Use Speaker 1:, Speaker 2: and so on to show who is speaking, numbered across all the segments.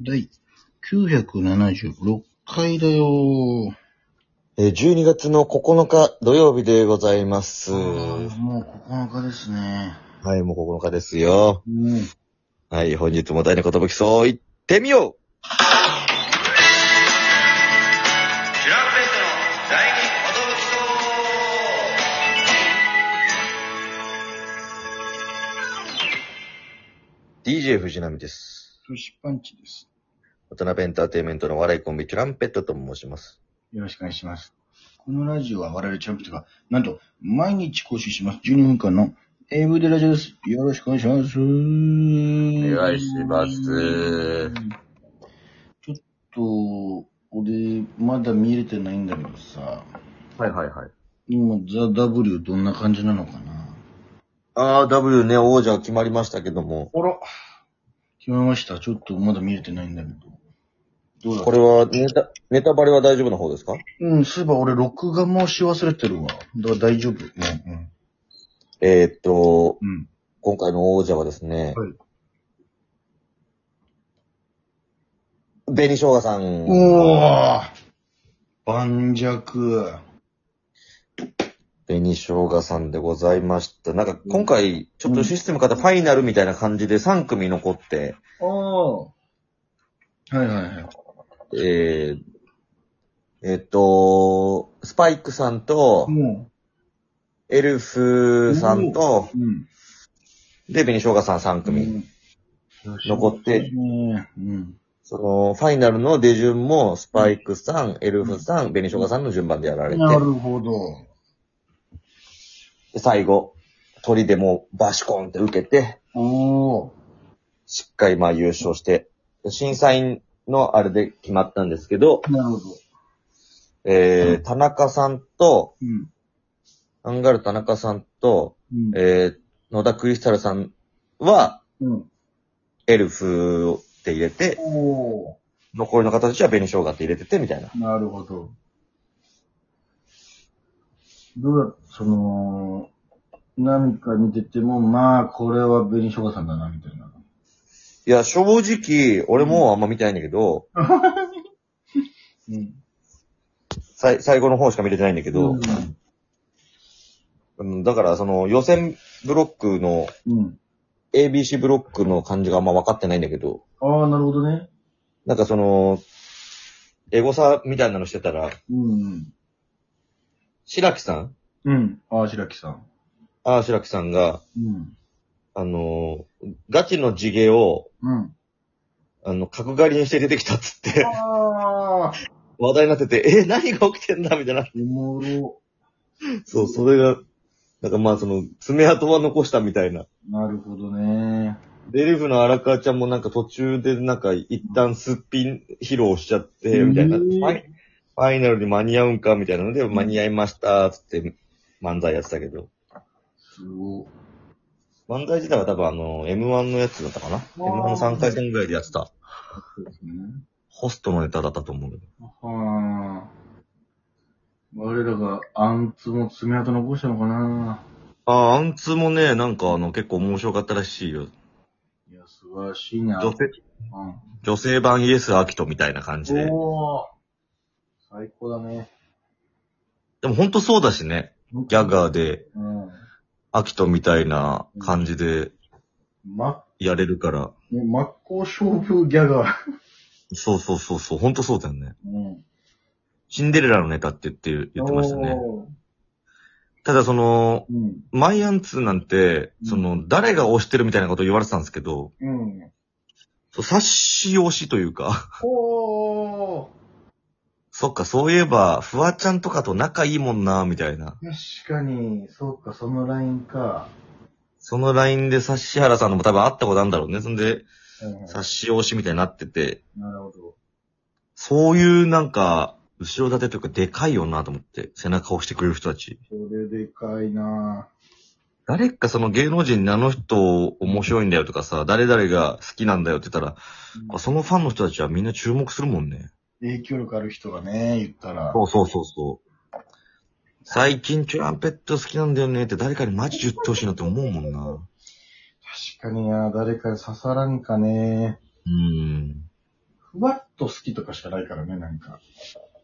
Speaker 1: 第976回だよ
Speaker 2: えー12月の9日土曜日でございます。は
Speaker 1: もう9日ですね。
Speaker 2: い、もう9日ですよ。
Speaker 1: もう、
Speaker 2: はい、本日も大のことぶきそう、行ってみよう
Speaker 3: シュランペットの第二音
Speaker 2: ！DJ 藤波です。
Speaker 1: 年パンチです。
Speaker 2: 渡辺エンターテインメントの笑いコンビ、チュランペットと申します。
Speaker 1: よろしくお願いします。このラジオは我々チャンピオンが、なんと、毎日更新します。12分間の AV でラジオです。よろしくお願いします。お
Speaker 2: お
Speaker 1: 願
Speaker 2: 願いします。
Speaker 1: ちょっと、俺、まだ見れてないんだけどさ、
Speaker 2: はいはいはい。
Speaker 1: 今、ザ・ W どんな感じなのかな
Speaker 2: あー、W ね、王者決まりましたけども、
Speaker 1: あら。決めました。ちょっとまだ見れてないんだけど。どうだ
Speaker 2: これはネタ、ネタバレは大丈夫な方ですか
Speaker 1: うん、そういえば俺録画もし忘れてるわ。だから大丈夫。うん、
Speaker 2: えー、っと、
Speaker 1: うん。
Speaker 2: 今回の王者はですね、
Speaker 1: はい
Speaker 2: 紅生姜さ。
Speaker 1: うんおー盤石。
Speaker 2: 紅生姜さんでございました。なんか今回、ちょっとシステム方ファイナルみたいな感じで3組残って、
Speaker 1: おー。はいはいはい。
Speaker 2: えー、えっと、スパイクさんと、
Speaker 1: も
Speaker 2: エルフさんと、
Speaker 1: う、うん。
Speaker 2: で、紅生姜さん3組。残って、
Speaker 1: うん。
Speaker 2: その、ファイナルの出順も、スパイクさん、エルフさん、紅生姜さんの順番でやられて、
Speaker 1: なるほど。
Speaker 2: で最後、鳥でもうバシコンって受けて、
Speaker 1: おー。
Speaker 2: しっかりまあ優勝して、審査員のあれで決まったんですけど、
Speaker 1: なるほど。
Speaker 2: えー、田中さんと、
Speaker 1: うん。
Speaker 2: アンガール田中さんと、
Speaker 1: うん。
Speaker 2: えー、野田クリスタルさんは、
Speaker 1: うん、
Speaker 2: エルフって入れて、
Speaker 1: おー。
Speaker 2: 残りの方たちは紅生姜って入れてて、みたいな。
Speaker 1: なるほど。どうだ、その、何か見てても、まあ、これは紅生姜さんだな、みたいな。
Speaker 2: いや、正直、俺もあんま見てないんだけど、
Speaker 1: うん。
Speaker 2: さい最後の方しか見れてないんだけど
Speaker 1: う、ん。
Speaker 2: うんだからその予選ブロックの、
Speaker 1: うん。
Speaker 2: ABC ブロックの感じがあんま分かってないんだけど、
Speaker 1: ああ、なるほどね。
Speaker 2: なんかその、エゴサみたいなのしてたら、
Speaker 1: うん。
Speaker 2: 白木さん
Speaker 1: うん。ああ、白木さん。
Speaker 2: ああ、白木さんが、
Speaker 1: うん。
Speaker 2: あのー、ガチの地毛を、
Speaker 1: うん。
Speaker 2: あの、角刈りにして出てきたっつって、
Speaker 1: ああ、
Speaker 2: 話題になってて、え、何が起きてんだみたいな。
Speaker 1: おもろ。
Speaker 2: そう、それが、なんかまあその、爪痕は残したみたいな。
Speaker 1: なるほどね。
Speaker 2: デリフの荒川ちゃんもなんか途中でなんか一旦すっぴん披露しちゃって、みたいな。
Speaker 1: う
Speaker 2: フ
Speaker 1: ん
Speaker 2: ァイファイナルに間に合うんかみたいなので、間に合いました、つって漫才やってたけど。
Speaker 1: すごい。
Speaker 2: 漫才自体は多分あの、M1 のやつだったかな ?M1 の3回戦ぐらいでやってた。
Speaker 1: そうですね。
Speaker 2: ホストのネタだったと思うけど。
Speaker 1: はあ。我らが、あんつも爪痕残したのかな。
Speaker 2: ああ、アンツもね、なんかあの、結構面白かったらしいよ。
Speaker 1: いや、素晴らしいな。
Speaker 2: 女性、
Speaker 1: うん。
Speaker 2: 女性版イエス・アキトみたいな感じで。
Speaker 1: おお最高だね。
Speaker 2: でもほんとそうだしね。ギャ
Speaker 1: ー。
Speaker 2: ガーで、
Speaker 1: うん。
Speaker 2: アキトみたいな感じで
Speaker 1: ま、
Speaker 2: やれるから。
Speaker 1: ね、真っ向勝負ギャガー。
Speaker 2: そうそうそうそう、ほんとそうだよね。
Speaker 1: うん。
Speaker 2: シンデレラのネタって言ってる、言ってましたね。
Speaker 1: おー
Speaker 2: ただその、
Speaker 1: うん。
Speaker 2: マイアンツなんて、
Speaker 1: うん
Speaker 2: その、誰が推してるみたいなこと言われてたんですけど、
Speaker 1: うん。
Speaker 2: そう察し推しというか、
Speaker 1: おー
Speaker 2: そっか、そういえば、フワちゃんとかと仲いいもんな、みたいな。
Speaker 1: 確かに、そうか、そのラインか。
Speaker 2: そのラインで指原さんのも多分会ったことあるんだろうね。そんで、
Speaker 1: はいはい
Speaker 2: 察し推しみたいになってて、
Speaker 1: なるほど。
Speaker 2: そういうなんか、後ろ盾というかでかいよなと思って、背中を押してくれる人たち。
Speaker 1: それでかいな
Speaker 2: 誰かその芸能人にあの人面白いんだよとかさ、誰々が好きなんだよって言ったら、
Speaker 1: ぁ
Speaker 2: そのファンの人たちはみんな注目するもんね。
Speaker 1: 影響力ある人がね、言ったら。
Speaker 2: そうそうそうそう。最近チュランペット好きなんだよねって誰かにマジ言ってほしいなって思うもんな。
Speaker 1: 確かにな誰かに刺さらんかね。
Speaker 2: うん。
Speaker 1: と好きとかしかないからね、なんか。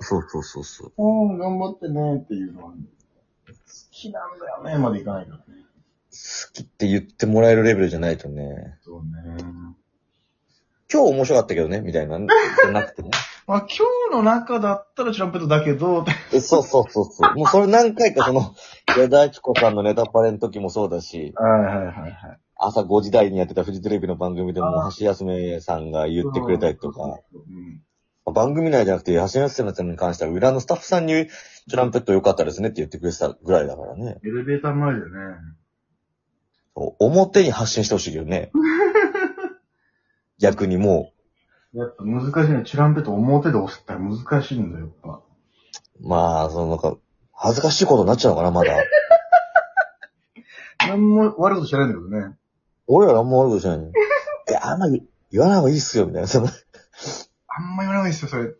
Speaker 2: そうそうそうそう。
Speaker 1: うん、頑張ってねっていうのは、好きなんだよね、までいかないからね。
Speaker 2: 好きって言ってもらえるレベルじゃないとね。
Speaker 1: そうね。
Speaker 2: 今日面白かったけどね、みたいな。じゃなくてね。
Speaker 1: まあ、今日の中だったらチランペットだけど、
Speaker 2: え そうそうそうそう。もうそれ何回かその、矢田亜希子さんのネタパレの時もそうだし、
Speaker 1: はいはいはいはい。
Speaker 2: 朝5時台にやってたフジテレビの番組でも
Speaker 1: あ、
Speaker 2: 橋休めさんが言ってくれたりとか、
Speaker 1: うん。
Speaker 2: 番組内じゃなくて、橋休めさんに関しては裏のスタッフさんに、トランペット良かったですねって言ってくれてたぐらいだからね。
Speaker 1: エレベーター前でね。
Speaker 2: そう表に発信してほしいよ ね。逆にも
Speaker 1: やっぱ難しいね。チュランペット表で押すったら難しいんだよ、やっぱ。
Speaker 2: う、まあ、そのなんか、恥ずかしいことになっちゃうのかな、まだ。
Speaker 1: 何も悪いことしてないんだけどね。
Speaker 2: 俺らあんま悪いことしないの に。いや、あんまり言わない方がいいっすよ、みたいな。その、
Speaker 1: あんま言わないですよ、それ。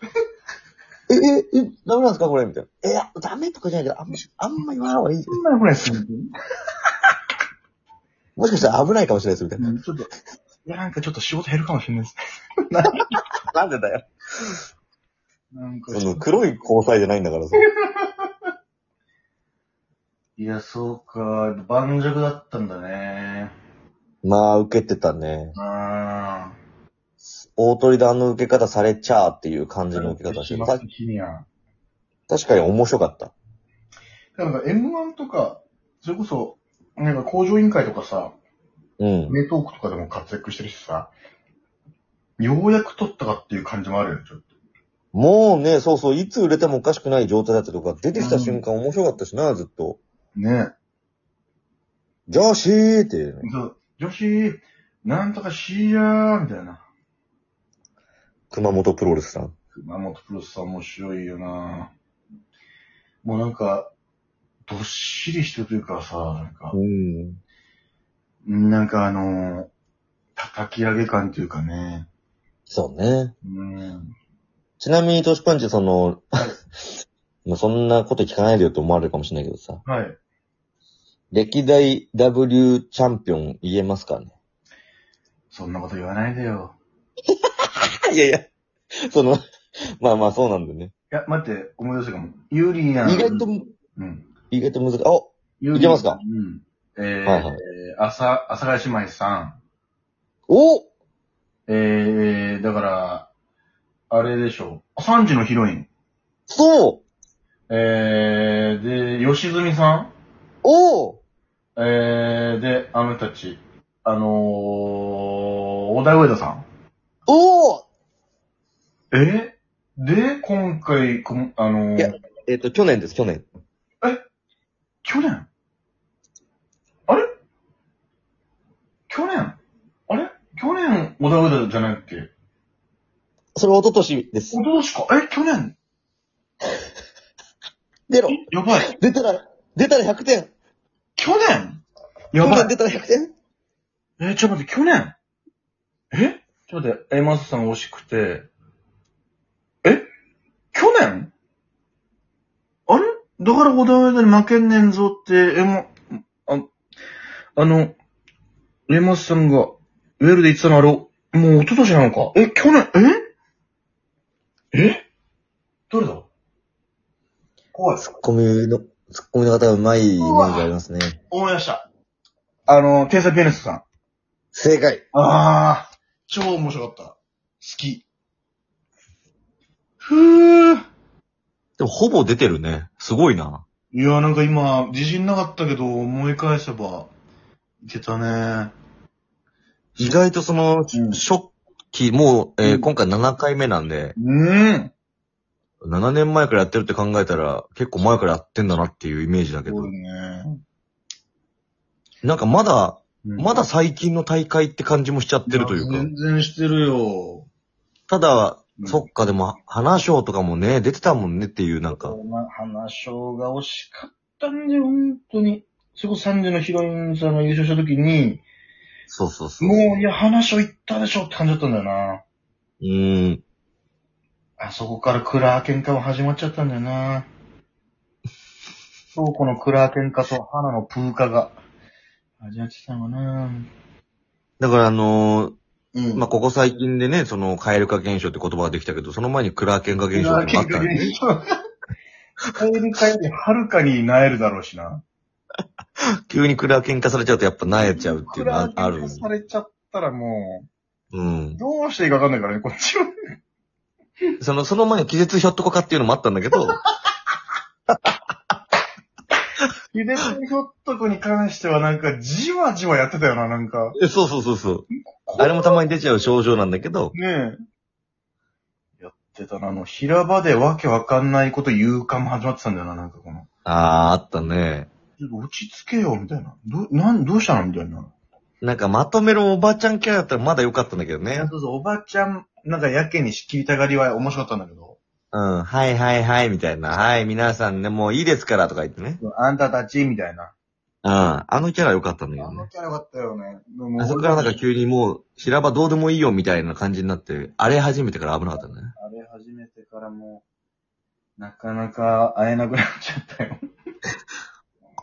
Speaker 2: え、え、え、ダメなんですかこれみたいな。えいや、ダメとかじゃないけど、あんま、あんま言わない方がいい。
Speaker 1: そんなのくらいですよ。
Speaker 2: もしかしたら危ないかもしれないです、みたいな。
Speaker 1: うんちょっと、いや、なんかちょっと仕事減るかもしれないです。
Speaker 2: なんでだよ。
Speaker 1: なんか
Speaker 2: そ、の、黒い交際じゃないんだからさ。
Speaker 1: いや、そうか、盤石だったんだね。
Speaker 2: まあ、受けてたね。
Speaker 1: あー。
Speaker 2: 大鳥団の受け方されちゃーっていう感じの受け方してる。た
Speaker 1: シニア。
Speaker 2: 確かに面白かった。
Speaker 1: なんか M1 とか、それこそ、なんか工場委員会とかさ、
Speaker 2: うん。
Speaker 1: 名トークとかでも活躍してるしさ、ようやく取ったかっていう感じもあるよね、ちょっと。
Speaker 2: もうね、そうそう、いつ売れてもおかしくない状態だったとか、出てきた瞬間面白かったしな、ずっと。
Speaker 1: ね
Speaker 2: じゃあしーって、ね。
Speaker 1: そう、女子、なんとかしやー、みたいな。
Speaker 2: 熊本プロレスさん。
Speaker 1: 熊本プロレスさん面白いよなもうなんか、どっしりしてるというかさ、なんか、
Speaker 2: うん。
Speaker 1: なんかあのー叩き上げ感というかね。
Speaker 2: そうね。
Speaker 1: うん。
Speaker 2: ちなみに、トシパンチ、その、 まあそんなこと聞かないでよと思われるかもしれないけどさ、
Speaker 1: はい。
Speaker 2: 歴代 W チャンピオン言えますかね
Speaker 1: そんなこと言わないでよ。
Speaker 2: いやいや、その、 まあまあそうなんだよね。
Speaker 1: いや、待って、思い出せかも。ユーリアン。
Speaker 2: 意外と、
Speaker 1: うん。
Speaker 2: 意外と難しい。お
Speaker 1: ユーリアン
Speaker 2: いけますか
Speaker 1: うん。えー、
Speaker 2: はいはい
Speaker 1: えー、朝、朝ヶ谷姉妹さん。
Speaker 2: お
Speaker 1: えー、だから、あれでしょう。3時のヒロイン。
Speaker 2: そう
Speaker 1: えー、で、吉住さん
Speaker 2: おー
Speaker 1: えー、で、あの人たち。あのー、小田上田さん。
Speaker 2: おー
Speaker 1: えで、今回、こんあの
Speaker 2: いや
Speaker 1: ー、
Speaker 2: えっ、と、去年です、去年。
Speaker 1: 去年あれ去年あれ去年、小田上田じゃないっけ
Speaker 2: それ一昨年です
Speaker 1: お。ととしか、え、去年
Speaker 2: 出ろ
Speaker 1: やばい。
Speaker 2: 出たら、出たら100点
Speaker 1: 去年や
Speaker 2: 去
Speaker 1: ばい
Speaker 2: 年。出たら100点
Speaker 1: えー、ちょっと待って、去年えちょっと待って、エマスさん惜しくて。え去年あれだから小田上田に負けんねんぞって、エマ、あ、あの、エマスさんが、ウェールで言ってたのあれ、もう一昨年なのか。え、去年、ええどれだ怖い。
Speaker 2: ツッコミの、ツッコミの方がうまいイメージありますね。
Speaker 1: 思い出した。あの、天才ピアニストさん。
Speaker 2: 正解
Speaker 1: ああ、超面白かった。好き。ふー。
Speaker 2: でも、ほぼ出てるね。すごいな。
Speaker 1: いや、なんか今、自信なかったけど、思い返せば、いけたね。
Speaker 2: 意外とそ
Speaker 1: う
Speaker 2: の、
Speaker 1: ん
Speaker 2: 初期、もう、えー
Speaker 1: うん
Speaker 2: 今回7回目なんで、
Speaker 1: うん。
Speaker 2: 7年前からやってるって考えたら、結構前からやってんだなっていうイメージだけ
Speaker 1: す
Speaker 2: ど
Speaker 1: ごい、ね。
Speaker 2: なんかまだ、まだ
Speaker 1: し
Speaker 2: 最近の大会って感じもしちゃってるというか、
Speaker 1: 全然してるよ。
Speaker 2: ただ
Speaker 1: う、ん
Speaker 2: そっか、でも、花賞とかもね、出てたもんねっていう、なんか、
Speaker 1: ま、花賞が惜しかったんで、本当に。それこそ3時のヒロインさんが優勝した時に、
Speaker 2: そうそうそう。
Speaker 1: もう、いや、花賞行ったでしょって感じだったんだよな。
Speaker 2: うん。
Speaker 1: あそこからクラー喧嘩も始まっちゃったんだよな。そう、このクラー喧嘩と花のプーカが始まっちゃったのかな。
Speaker 2: だからあのー
Speaker 1: うん。
Speaker 2: まあ、ここ最近でね、その、カエル化現象って言葉ができたけど、その前にクラーケン化現象っていうのがあったんで、
Speaker 1: 現象。蛙化よりはるかになえるだろうしな。
Speaker 2: 急にクラーケン化されちゃうとやっぱ萎えちゃうっていうのはある
Speaker 1: 暗。されちゃったらも
Speaker 2: うん
Speaker 1: う、。どうしていいかわかんないからね、こっちは。
Speaker 2: その、その前に気絶ひょっとこかっていうのもあったんだけど、
Speaker 1: ゆでこひょっとこに関してはなんか、じわじわやってたよな、なんか。
Speaker 2: えそうそうそうそう。あれもたまに出ちゃう症状なんだけど、
Speaker 1: ねえ。やってたな、あの、平場でわけわかんないこと言うかも始まってたんだよな、なんかこの。
Speaker 2: あー、あったね。
Speaker 1: ちょっと落ち着けよ、みたいな。ど、なん、どうしたのみたいな。
Speaker 2: なんかまとめるおばちゃんキャラだったらまだ良かったんだけどね。
Speaker 1: そうそう、おばちゃん、なんかやけに仕切りたがりは面白かったんだけど。
Speaker 2: うん、はいはいはい、みたいな。はい、皆さんね、もういいですから、とか言ってね。
Speaker 1: あんたたち、みたいな。
Speaker 2: うん、あのキャラ良かったんだけど
Speaker 1: あの
Speaker 2: ね。
Speaker 1: キャラよかったよね。でも
Speaker 2: あそこからなんか急にもう、平場どうでもいいよ、みたいな感じになって、あれ始めてから危なかったね。
Speaker 1: あれ始めてからもう、なかなか会えなくなっちゃったよ。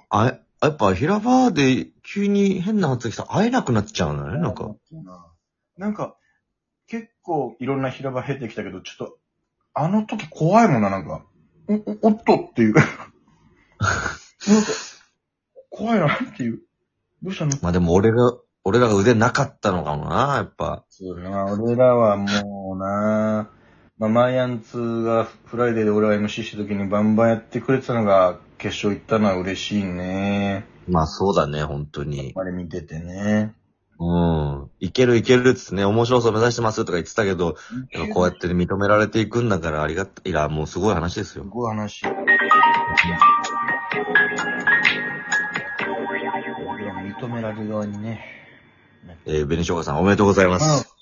Speaker 2: あれ、やっぱ平場で急に変な発言したら会えなくなっちゃうのよね、なんか。。
Speaker 1: なんか、結構いろんな平場経てきたけど、ちょっと、あの時怖いもんな、なんか。お、お、おっとっていう。 なんか、怖いなっていう。どうしたの
Speaker 2: まあでも俺が、俺らが腕なかったのかもな、やっぱ。
Speaker 1: そうだな、俺らはもうな、まあ、マイアンツがフライデーで俺が MC した時にバンバンやってくれてたのが、決勝行ったのは嬉しいね。
Speaker 2: まあそうだね、本当に。
Speaker 1: あれ見ててね。
Speaker 2: うん。いけるいけるっつってね、面白さを目指してますとか言ってたけど、やっぱこうやって認められていくんだからありがたい。いや、もうすごい話です
Speaker 1: す
Speaker 2: よ。
Speaker 1: ごい話。認められる側にね。
Speaker 2: えー、紅生姜さんおめでとうございます。